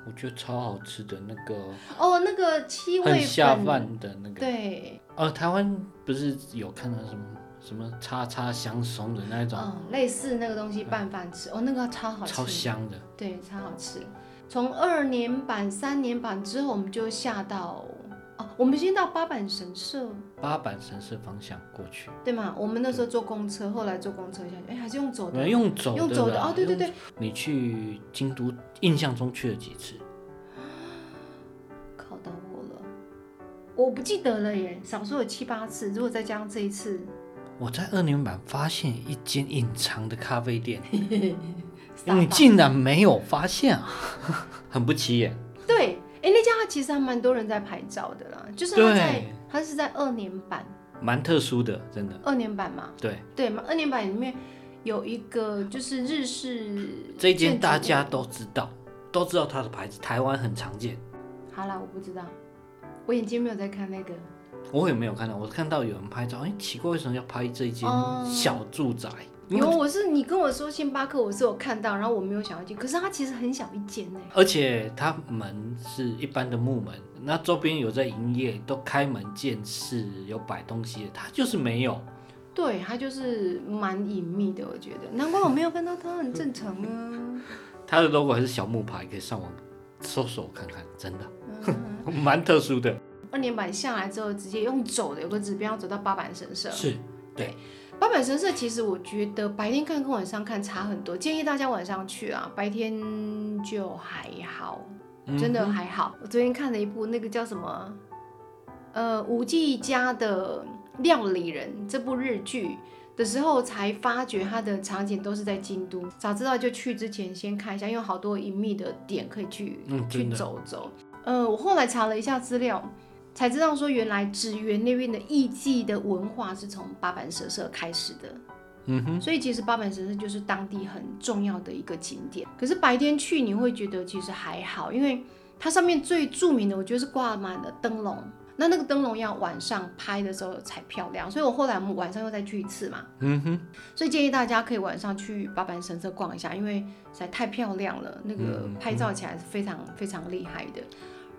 [SPEAKER 2] 我觉得超好吃的那个
[SPEAKER 1] 哦，那个七
[SPEAKER 2] 很
[SPEAKER 1] 味
[SPEAKER 2] 下
[SPEAKER 1] 粉，
[SPEAKER 2] 饭的那个，
[SPEAKER 1] 对，
[SPEAKER 2] 呃，台湾不是有看到什么什么叉叉香松的那一种，
[SPEAKER 1] 嗯，类似那个东西拌饭吃，哦，那个超好吃，
[SPEAKER 2] 超香的，
[SPEAKER 1] 对，超好吃。从二年版、三年版之后，我们就下到哦，我们先到八坂神社，
[SPEAKER 2] 八坂神社方向过去，
[SPEAKER 1] 对吗？我们那时候坐公车，后来坐公车下去，哎，还是用走的，
[SPEAKER 2] 没用走的啦，
[SPEAKER 1] 用走的哦，对对对，
[SPEAKER 2] 你去京都，印象中去了几次？
[SPEAKER 1] 考到我了，我不记得了耶，少说有七八次，如果再加上这一次，
[SPEAKER 2] 我在二年版发现一间隐藏的咖啡店，
[SPEAKER 1] 撒把
[SPEAKER 2] 你竟然没有发现啊， 很不起眼。
[SPEAKER 1] 对，哎，那家其实还蛮多人在拍照的啦，就是他
[SPEAKER 2] 对
[SPEAKER 1] 在，他是在二年版，
[SPEAKER 2] 蛮特殊的，真的。
[SPEAKER 1] 二年版嘛，
[SPEAKER 2] 对，
[SPEAKER 1] 对嘛，二年版里面有一个就是日式
[SPEAKER 2] 这间
[SPEAKER 1] 建筑
[SPEAKER 2] 大家
[SPEAKER 1] 物
[SPEAKER 2] 都知道，都知道它的牌子，台湾很常见。
[SPEAKER 1] 好啦，我不知道，我眼睛没有在看那个。
[SPEAKER 2] 我也没有看到，我看到有人拍照，哎、奇怪，为什么要拍这间
[SPEAKER 1] 哦
[SPEAKER 2] 小住宅？因为
[SPEAKER 1] 有，我是你跟我说星巴克，我是有看到，然后我没有想要进，可是它其实很小一间呢。
[SPEAKER 2] 而且它门是一般的木门，那周边有在营业，都开门见市，有摆东西的，它就是没有。
[SPEAKER 1] 对，它就是蛮隐秘的，我觉得，难怪我没有看到它，很正常啊。
[SPEAKER 2] 它的 logo 还是小木牌，可以上网搜索看看，真的
[SPEAKER 1] 嗯
[SPEAKER 2] 蛮特殊的。
[SPEAKER 1] 二年版下来之后，直接用走的，有个指标走到八坂神社。
[SPEAKER 2] 是，
[SPEAKER 1] 八坂神社其实我觉得白天看跟晚上看差很多，建议大家晚上去啊，白天就还好。真
[SPEAKER 2] 嗯
[SPEAKER 1] 的还好。我昨天看了一部那个叫什么，呃，吴继家的《料理人》这部日剧的时候，才发觉它的场景都是在京都。早知道就去之前先看一下，因为好多隐秘的点可以去、
[SPEAKER 2] 嗯
[SPEAKER 1] 去
[SPEAKER 2] 真的
[SPEAKER 1] 走走。呃，我后来查了一下资料，才知道说原来支援那边的艺伎的文化是从八坂蛇社开始的。
[SPEAKER 2] 嗯哼，
[SPEAKER 1] 所以其实八坂神社就是当地很重要的一个景点。可是白天去你会觉得其实还好，因为它上面最著名的我觉得是挂满了灯笼，那那个灯笼要晚上拍的时候才漂亮。所以我后来我们晚上又再去一次嘛，
[SPEAKER 2] 嗯哼，
[SPEAKER 1] 所以建议大家可以晚上去八坂神社逛一下，因为实在太漂亮了，那个
[SPEAKER 2] 嗯
[SPEAKER 1] 拍照起来是非常非常厉害的。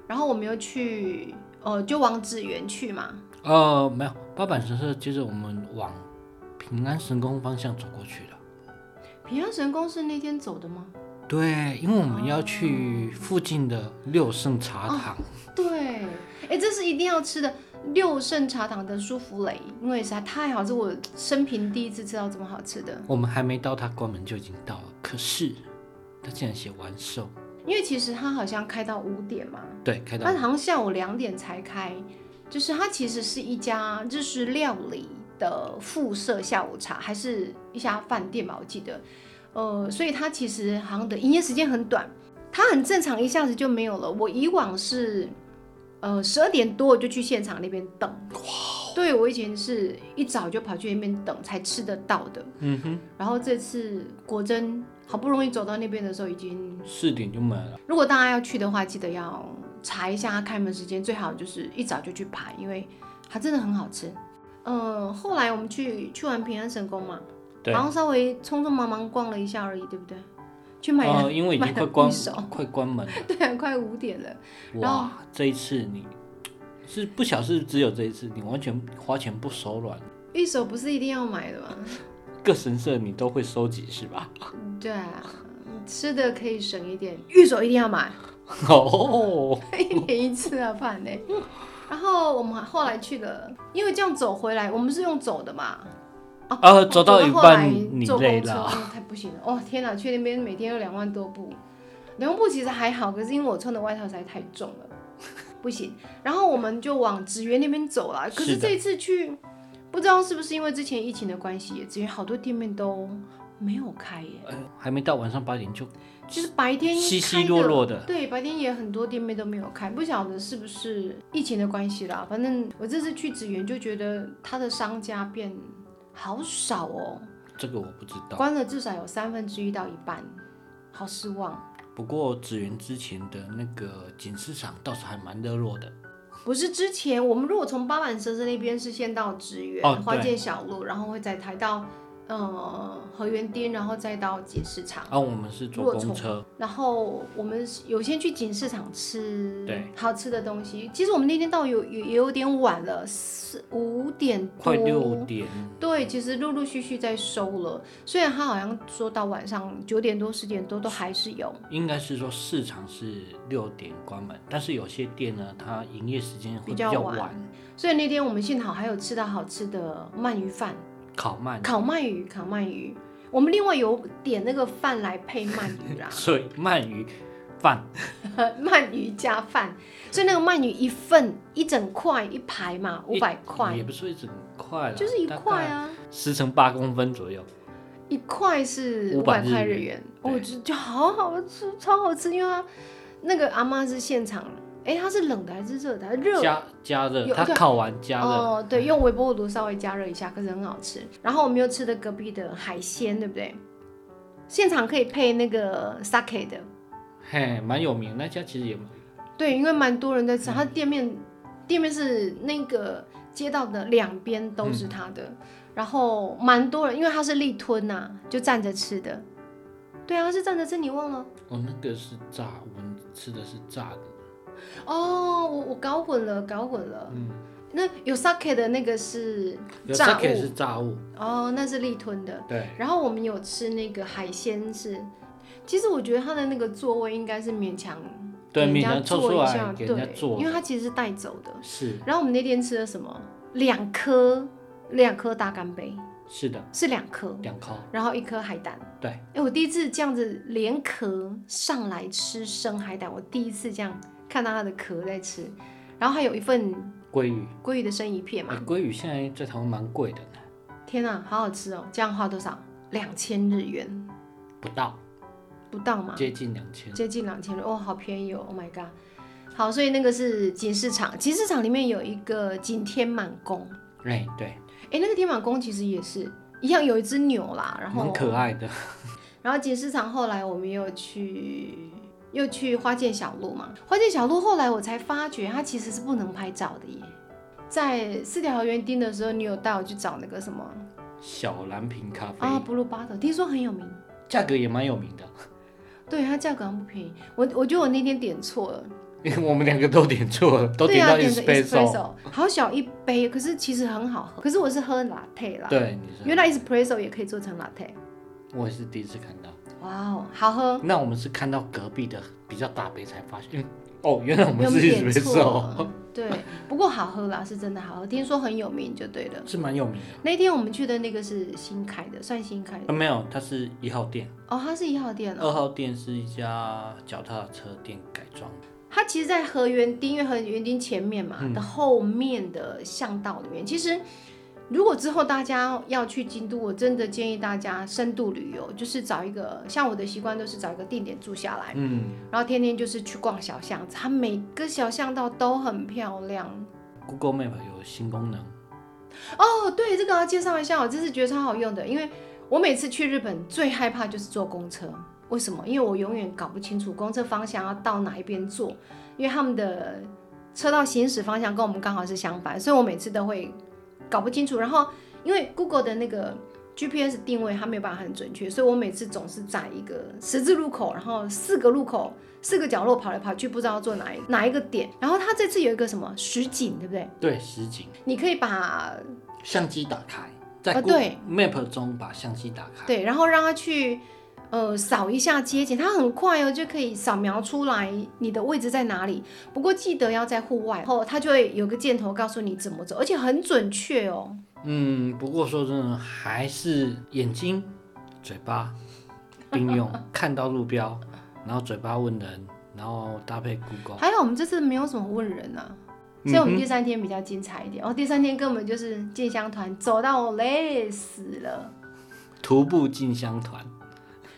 [SPEAKER 1] 然后我们又去，呃，就往紫园去嘛，
[SPEAKER 2] 呃，没有，八坂神社就是我们往平安神宫方向走过去的。
[SPEAKER 1] 平安神宫是那天走的吗？
[SPEAKER 2] 对，因为我们要去附近的六圣茶堂。
[SPEAKER 1] 哦对，哎，这是一定要吃的六圣茶堂的舒芙蕾，因为实在太好吃，我生平第一次吃到这么好吃的。
[SPEAKER 2] 我们还没到，它关门就已经到了。可是它竟然写完售，
[SPEAKER 1] 因为其实它好像开到五点嘛，
[SPEAKER 2] 对，开到
[SPEAKER 1] 但好像下午两点才开，就是它其实是一家日式料理的附设下午茶，还是一家饭店吧，我记得。呃，所以它其实好像的营业时间很短，它很正常，一下子就没有了。我以往是，呃，十二点多我就去现场那边等。
[SPEAKER 2] 哦
[SPEAKER 1] 对，我以前是一早就跑去那边等才吃得到的。
[SPEAKER 2] 嗯哼，
[SPEAKER 1] 然后这次果真好不容易走到那边的时候，已经
[SPEAKER 2] 四点就满了。
[SPEAKER 1] 如果大家要去的话，记得要查一下它开门时间，最好就是一早就去排，因为它真的很好吃。呃，后来我们去去完平安神宫嘛，
[SPEAKER 2] 对
[SPEAKER 1] 然，后稍微匆匆忙忙逛了一下而已，对不对？去买了，
[SPEAKER 2] 呃，因为已
[SPEAKER 1] 买
[SPEAKER 2] 经
[SPEAKER 1] 了
[SPEAKER 2] 快关
[SPEAKER 1] 一手
[SPEAKER 2] 快关门了。
[SPEAKER 1] 对，快五点了。然后
[SPEAKER 2] 哇，这一次你是不晓得是只有这一次，你完全花钱不手软，
[SPEAKER 1] 一手不是一定要买的吗？
[SPEAKER 2] 各神社你都会收集 是吧？
[SPEAKER 1] 对啊，吃的可以省一点，玉手一定要买，
[SPEAKER 2] 哦，
[SPEAKER 1] 一年一次啊，怕呢。然后我们后来去了，因为这样走回来，我们是用走的嘛，
[SPEAKER 2] 呃，走到一
[SPEAKER 1] 哦后来
[SPEAKER 2] 半你
[SPEAKER 1] 坐
[SPEAKER 2] 累
[SPEAKER 1] 公车
[SPEAKER 2] 了，
[SPEAKER 1] 哦太不行了。哦，天哪，去那边每天有两万多步，两万步其实还好，可是因为我穿的外套实在太重了，不行。然后我们就往紫园那边走了，可
[SPEAKER 2] 是
[SPEAKER 1] 是
[SPEAKER 2] 的
[SPEAKER 1] 这一次去，不知道是不是因为之前疫情的关系，紫园好多店面都没有开耶。
[SPEAKER 2] 呃还没到晚上八点就
[SPEAKER 1] 其实白天
[SPEAKER 2] 稀稀
[SPEAKER 1] 开
[SPEAKER 2] 落
[SPEAKER 1] 的
[SPEAKER 2] 落的。
[SPEAKER 1] 对，白天也很多店面都没有开，不晓得是不是疫情的关系啦。反正我这次去紫园就觉得它的商家变好少哦，
[SPEAKER 2] 这个我不知道。
[SPEAKER 1] 关了至少有三分之一到一半，好失望。
[SPEAKER 2] 不过紫园之前的那个锦市场倒是还蛮热络的。
[SPEAKER 1] 不是之前我们如果从八坂神社那边是先到职园、
[SPEAKER 2] 哦对
[SPEAKER 1] 花界小路，然后会再抬到呃河园町，然后再到锦市场。
[SPEAKER 2] 啊，我们是坐公车，
[SPEAKER 1] 然后我们有先去锦市场吃
[SPEAKER 2] 对
[SPEAKER 1] 好吃的东西。其实我们那天到有也也有点晚了，四五点多，
[SPEAKER 2] 快六点。
[SPEAKER 1] 对，其实陆陆续续在收了。虽然他好像说到晚上九点多、十点多都还是有，
[SPEAKER 2] 应该是说市场是六点关门，但是有些店呢，它营业时间会
[SPEAKER 1] 比较
[SPEAKER 2] 较
[SPEAKER 1] 晚所以那天我们幸好还有吃到好吃的鳗鱼饭，
[SPEAKER 2] 烤鳗，
[SPEAKER 1] 烤鳗鱼，烤鳗鱼。我们另外有点那个饭来配鳗鱼啦，
[SPEAKER 2] 所以鳗鱼饭
[SPEAKER 1] 鳗鱼加饭，所以那个鳗鱼一份一整块一排嘛，啊五百块
[SPEAKER 2] 也，不是一整块啦，
[SPEAKER 1] 就是一块
[SPEAKER 2] 大概
[SPEAKER 1] 啊，
[SPEAKER 2] 十乘八公分左右。
[SPEAKER 1] 一块是五
[SPEAKER 2] 500
[SPEAKER 1] 百
[SPEAKER 2] 日
[SPEAKER 1] 块日
[SPEAKER 2] 元
[SPEAKER 1] 元，
[SPEAKER 2] 对
[SPEAKER 1] 我觉得就好好吃，超好吃，因为它那个阿妈是现场，哎，它是冷的还是热的？它热
[SPEAKER 2] 加加热，
[SPEAKER 1] 有
[SPEAKER 2] 它
[SPEAKER 1] 对
[SPEAKER 2] 烤完加热，嗯
[SPEAKER 1] 哦，对，用微波炉稍微加热一下，可是很好吃。然后我们又吃的隔壁的海鲜，对不对？现场可以配那个 sake 的，
[SPEAKER 2] 嘿，蛮有名。那家其实也
[SPEAKER 1] 对，因为蛮多人在
[SPEAKER 2] 嗯
[SPEAKER 1] 吃，它店面店面是那个街道的两边都是它
[SPEAKER 2] 嗯
[SPEAKER 1] 的，然后蛮多人，因为它是立吞呐、就站着吃的。对啊，是站着吃，你忘了？
[SPEAKER 2] 哦，那个是炸，我们吃的是炸的。
[SPEAKER 1] 哦，我我搞混了，搞混了。
[SPEAKER 2] 嗯
[SPEAKER 1] 那有 sake 的那个是
[SPEAKER 2] 有
[SPEAKER 1] 炸
[SPEAKER 2] sake
[SPEAKER 1] 物
[SPEAKER 2] 是炸物，
[SPEAKER 1] 哦，那是立吞的。
[SPEAKER 2] 对，
[SPEAKER 1] 然后我们有吃那个海鲜是，其实我觉得它的那个座位应该是勉强
[SPEAKER 2] 对，
[SPEAKER 1] 给人
[SPEAKER 2] 米
[SPEAKER 1] 家
[SPEAKER 2] 兰抽
[SPEAKER 1] 坐
[SPEAKER 2] 出
[SPEAKER 1] 一
[SPEAKER 2] 来
[SPEAKER 1] 下，
[SPEAKER 2] 给人家
[SPEAKER 1] 对
[SPEAKER 2] 做
[SPEAKER 1] 因为它其实是带走的。
[SPEAKER 2] 是
[SPEAKER 1] 然后我们那天吃了什么？两颗两颗大干贝，
[SPEAKER 2] 是的，
[SPEAKER 1] 是两颗，
[SPEAKER 2] 两颗，
[SPEAKER 1] 然后一颗海胆。
[SPEAKER 2] 对，
[SPEAKER 1] 哎，我第一次这样子连壳上来吃生海胆，我第一次这样看到它的壳在吃，然后还有一份
[SPEAKER 2] 鲑鱼，
[SPEAKER 1] 鲑鱼的生鱼片
[SPEAKER 2] 哎
[SPEAKER 1] 嘛，
[SPEAKER 2] 鲑鱼现在在台湾蛮贵的呢，
[SPEAKER 1] 天哪，好好吃哦！这样花多少？两千日元
[SPEAKER 2] 不到
[SPEAKER 1] 不到嘛？
[SPEAKER 2] 接近两千，
[SPEAKER 1] 接近两千哦，好便宜哦！Oh my god，好，所以那个是锦市场，锦市场里面有一个锦天满宫，
[SPEAKER 2] 哎，对，
[SPEAKER 1] 哎、那个天满宫其实也是一样有一只牛啦，然后
[SPEAKER 2] 蛮可爱的。
[SPEAKER 1] 然后锦市场后来我们又去又去花见小路嘛，花见小路后来我才发觉它其实是不能拍照的耶。在四条河园町的时候，你有带我去找那个什么
[SPEAKER 2] 小蓝瓶咖啡，
[SPEAKER 1] 啊，Blue Bottle，听说很有名。
[SPEAKER 2] 价格也蛮有名的，
[SPEAKER 1] 对，它价格好像不便宜。我我觉得我那天点错了，
[SPEAKER 2] 因为我们两个都点错了，都
[SPEAKER 1] 对
[SPEAKER 2] 点
[SPEAKER 1] 啊，
[SPEAKER 2] 到
[SPEAKER 1] 点成
[SPEAKER 2] espresso。
[SPEAKER 1] espresso，好小一杯，可是其实很好喝。可是我是喝 latte 啦，
[SPEAKER 2] 对，你是，
[SPEAKER 1] 原来 espresso 也可以做成 latte，
[SPEAKER 2] 我也是第一次看到。
[SPEAKER 1] 哇哦，好喝。
[SPEAKER 2] 那我们是看到隔壁的比较大杯才发现，嗯，哦，原来我们
[SPEAKER 1] 因
[SPEAKER 2] 是
[SPEAKER 1] 为我们点错
[SPEAKER 2] espresso，
[SPEAKER 1] 了，对，不过好喝啦，是真的好喝，听说很有名就对了。
[SPEAKER 2] 是蛮有名的。
[SPEAKER 1] 那天我们去的那个是新开的，算新开的
[SPEAKER 2] 呃，没有，它是一号店，
[SPEAKER 1] 哦，它是一号店哦。
[SPEAKER 2] 二号店是一家脚踏车店改装。
[SPEAKER 1] 它其实，在河园町，因为河园町前面嘛、的后面的巷道里面，其实如果之后大家要去京都，我真的建议大家深度旅游，就是找一个像我的习惯都是找一个定点住下来，
[SPEAKER 2] 嗯，
[SPEAKER 1] 然后天天就是去逛小巷子，它每个小巷道都很漂亮。
[SPEAKER 2] Google Map 有新功能，
[SPEAKER 1] 哦，对，这个要介绍一下，我真是觉得超好用的，因为我每次去日本最害怕就是坐公车，为什么？因为我永远搞不清楚公车方向要到哪一边坐，因为他们的车道行驶方向跟我们刚好是相反，所以我每次都会搞不清楚。然后因为 Google 的那个 GPS 定位它没有办法很准确，所以我每次总是在一个十字路口，然后四个路口、四个角落跑来跑去，不知道坐哪一哪一个点。然后它这次有一个什么实景，对不对？
[SPEAKER 2] 对，实景，
[SPEAKER 1] 你可以把
[SPEAKER 2] 相机打开，在
[SPEAKER 1] 啊
[SPEAKER 2] Google
[SPEAKER 1] 对
[SPEAKER 2] Map 中把相机打开。
[SPEAKER 1] 对，然后让他去呃扫一下街景，它很快哦就可以扫描出来你的位置在哪里。不过记得要在户外，然后它就会有个箭头告诉你怎么走，而且很准确哦。
[SPEAKER 2] 嗯，不过说真的，还是眼睛、嘴巴并 用，看到路标，然后嘴巴问人，然后搭配 Google。
[SPEAKER 1] 还好我们这次没有什么问人啊。
[SPEAKER 2] 嗯
[SPEAKER 1] 所以我们第三天比较精彩一点，哦，第三天根本就是进香团，走到我累死了。
[SPEAKER 2] 徒步进香团，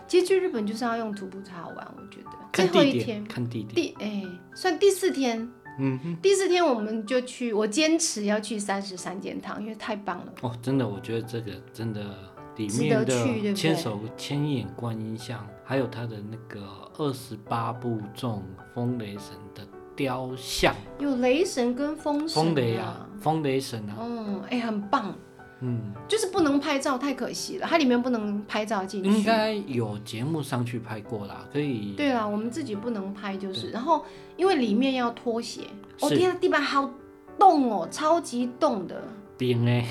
[SPEAKER 1] 其实去日本就是要用徒步才好玩，我觉得。最
[SPEAKER 2] 看
[SPEAKER 1] 后
[SPEAKER 2] 地
[SPEAKER 1] 一天
[SPEAKER 2] 点，，看地点。
[SPEAKER 1] 第哎、算第四天，
[SPEAKER 2] 嗯哼，
[SPEAKER 1] 第四天我们就去，我坚持要去三十三间堂，因为太棒了。
[SPEAKER 2] 哦，真的，我觉得这个真的里
[SPEAKER 1] 值
[SPEAKER 2] 面
[SPEAKER 1] 得去对
[SPEAKER 2] 的
[SPEAKER 1] 不
[SPEAKER 2] 千
[SPEAKER 1] 对
[SPEAKER 2] 手千眼观音像，还有它的那个二十八部众风雷神的雕像，
[SPEAKER 1] 有雷神跟风神、
[SPEAKER 2] 风雷啊，，风雷神啊，
[SPEAKER 1] 嗯，哎、很棒，
[SPEAKER 2] 嗯。
[SPEAKER 1] 就是不能拍照，太可惜了，它里面不能拍照进
[SPEAKER 2] 应
[SPEAKER 1] 去。
[SPEAKER 2] 该有节目上去拍过啦，可以。
[SPEAKER 1] 对啦，我们自己不能拍就是，然后因为里面要脱鞋，我、哦、
[SPEAKER 2] 是
[SPEAKER 1] 天啊，地板好冻哦，超级冻的。
[SPEAKER 2] 冰哎，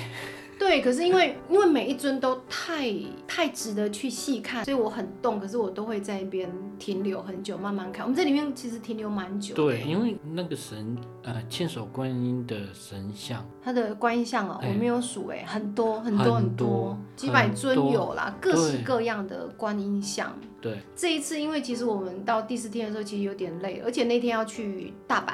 [SPEAKER 1] 对，可是因 为因为每一尊都太太值得去细看，所以我很冻，可是我都会在一边停留很久，慢慢看。我们这里面其实停留蛮久的，
[SPEAKER 2] 对，因为那个神呃，千手观音的神像，
[SPEAKER 1] 它的观音像哦，
[SPEAKER 2] 哎
[SPEAKER 1] 我没有数哎，很多很多
[SPEAKER 2] 很
[SPEAKER 1] 很多
[SPEAKER 2] 多，
[SPEAKER 1] 几百
[SPEAKER 2] 很
[SPEAKER 1] 尊
[SPEAKER 2] 多
[SPEAKER 1] 有啦，各式
[SPEAKER 2] 对
[SPEAKER 1] 各样的观音像。
[SPEAKER 2] 对
[SPEAKER 1] 这一次，因为其实我们到第四天的时候，其实有点累，而且那天要去大阪，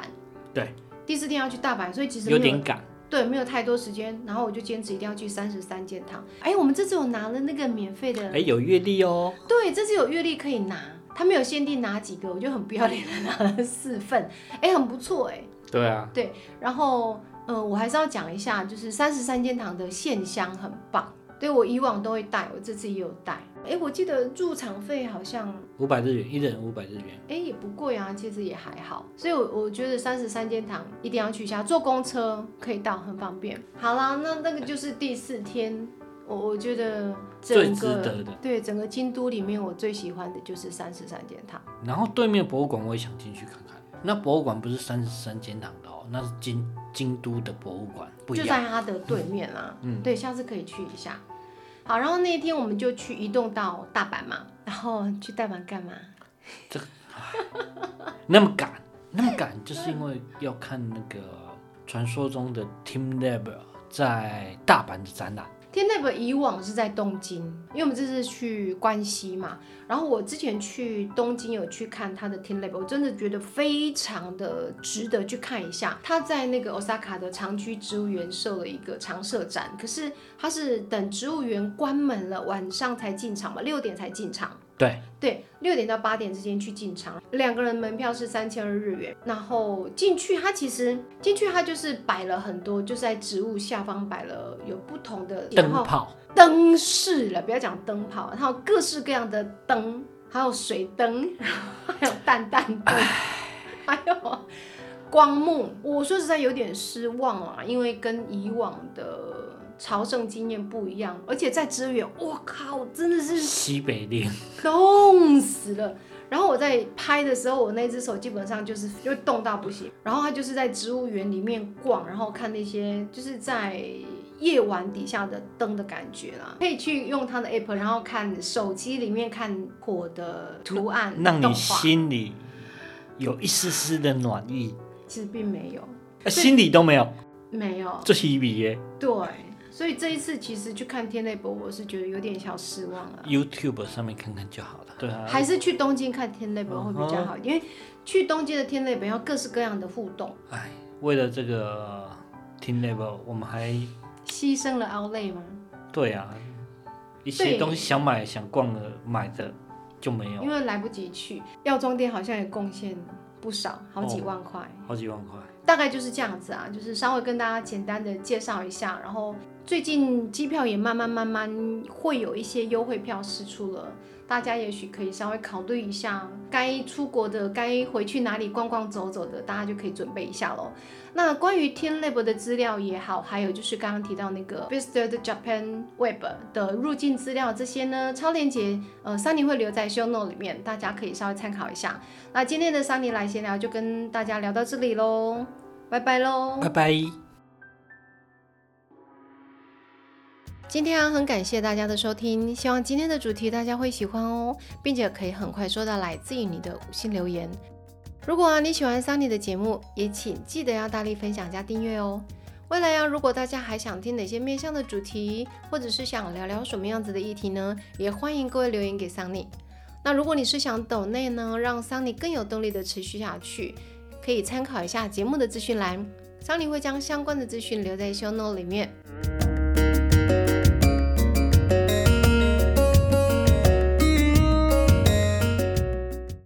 [SPEAKER 2] 对，
[SPEAKER 1] 第四天要去大阪，所以其实没
[SPEAKER 2] 有点赶，
[SPEAKER 1] 对没有太多时间，然后我就坚持一定要去三十三间堂。哎，我们这次有拿了那个免费的，
[SPEAKER 2] 哎，有阅历哦，
[SPEAKER 1] 对，这次有月历可以拿，他没有限定拿几个，我就很不要脸的拿了四份，哎，很不错哎。
[SPEAKER 2] 对啊，
[SPEAKER 1] 然后，呃，我还是要讲一下，就是三十三间堂的线香很棒，对我以往都会带，我这次也有带。哎，我记得入场费好像，
[SPEAKER 2] 五百日元，一人五百日元，
[SPEAKER 1] 哎，也不贵啊，其实也还好。所以我，我觉得三十三间堂一定要去一下，坐公车可以到，很方便。好啦，那那个就是第四天，我我觉得
[SPEAKER 2] 最
[SPEAKER 1] 整
[SPEAKER 2] 值
[SPEAKER 1] 个
[SPEAKER 2] 得的。
[SPEAKER 1] 对整个京都里面，我最喜欢的就是三十三间堂。
[SPEAKER 2] 然后对面博物馆我也想进去看看，那博物馆不是三十三间堂的哦，那是京京都的博物馆，不一
[SPEAKER 1] 就
[SPEAKER 2] 样。
[SPEAKER 1] 在它的对面啊。嗯，对，下次可以去一下。好，然后那天我们就去移动到大阪嘛，然后去大阪干嘛？
[SPEAKER 2] 那么赶，那么赶，就是因为要看那个传说中的 Team Lab 在大阪的展览。
[SPEAKER 1] 天那个以往是在东京，因为我们这次去关西嘛，然后我之前去东京有去看它的 Ten Lab，我真的觉得非常的值得去看一下。它在那个 Osaka 的长居植物园设了一个常设展，可是它是等植物园关门了晚上才进场嘛，六点才进场。
[SPEAKER 2] 对，
[SPEAKER 1] 对，六点到八点之间去进场，两个人门票是三千日元。然后进去，它其实进去它就是摆了很多，就是在植物下方摆了有不同的，然
[SPEAKER 2] 灯
[SPEAKER 1] 后
[SPEAKER 2] 泡，
[SPEAKER 1] 灯饰了，不要讲灯泡，然后各式各样的灯，还有水灯， 还有淡淡灯，还有光幕。我说实在有点失望啊，因为跟以往的朝圣经验不一样，而且在支援，我靠，真的是
[SPEAKER 2] 西北令，
[SPEAKER 1] 冻死了。然后我在拍的时候，我那只手基本上就是就冻到不行。然后他就是在植物园里面逛，然后看那些就是在夜晚底下的灯的感觉啦。可以去用他的 app，然后看手机里面看火的图案
[SPEAKER 2] 让
[SPEAKER 1] 动
[SPEAKER 2] 你
[SPEAKER 1] 画，
[SPEAKER 2] 心里有一丝丝的暖意，
[SPEAKER 1] 其实并没有，
[SPEAKER 2] 呃心里都没有，
[SPEAKER 1] 没有。
[SPEAKER 2] 这是一笔耶。
[SPEAKER 1] 对，所以这一次其实去看天雷博，我是觉得有点小失望
[SPEAKER 2] 呃
[SPEAKER 1] 了。
[SPEAKER 2] YouTube 上面看看就好了。对啊，嗯
[SPEAKER 1] 还是去东京看天雷博会比较好，因为去东京的天雷博要各式各样的互动，
[SPEAKER 2] 哎，为了这个 Team Level，我们还
[SPEAKER 1] 牺牲了 Outlet 吗？
[SPEAKER 2] 对啊，一些
[SPEAKER 1] 对
[SPEAKER 2] 东西想买、想逛的、买的就没有，
[SPEAKER 1] 因为来不及去，药妆店好像也贡献不少，好
[SPEAKER 2] 哦
[SPEAKER 1] 几万块，
[SPEAKER 2] 好几万块。
[SPEAKER 1] 大概就是这样子啊，就是稍微跟大家简单的介绍一下，然后最近机票也慢慢慢慢会有一些优惠票释出了，大家也许可以稍微考虑一下，该出国的、该回去哪里逛逛走走的，大家就可以准备一下喽。那关于 Ten Lab 的资料也好，还有就是刚刚提到那个 Visited Japan Web 的入境资料这些呢，超链接呃桑尼会留在 show note 里面，大家可以稍微参考一下。那今天的桑尼来闲聊就跟大家聊到这里喽，拜拜喽。
[SPEAKER 2] 拜拜。
[SPEAKER 1] 今天啊，很感谢大家的收听，希望今天的主题大家会喜欢哦，并且可以很快收到来自于你的五星留言。如果啊你喜欢桑尼的节目，也请记得要大力分享加订阅哦。未来啊，如果大家还想听哪些面向的主题，或者是想聊聊什么样子的议题呢，也欢迎各位留言给桑尼。那如果你是想抖内呢，让桑尼更有动力的持续下去，可以参考一下节目的资讯栏，桑尼会将相关的资讯留在 show note 里面。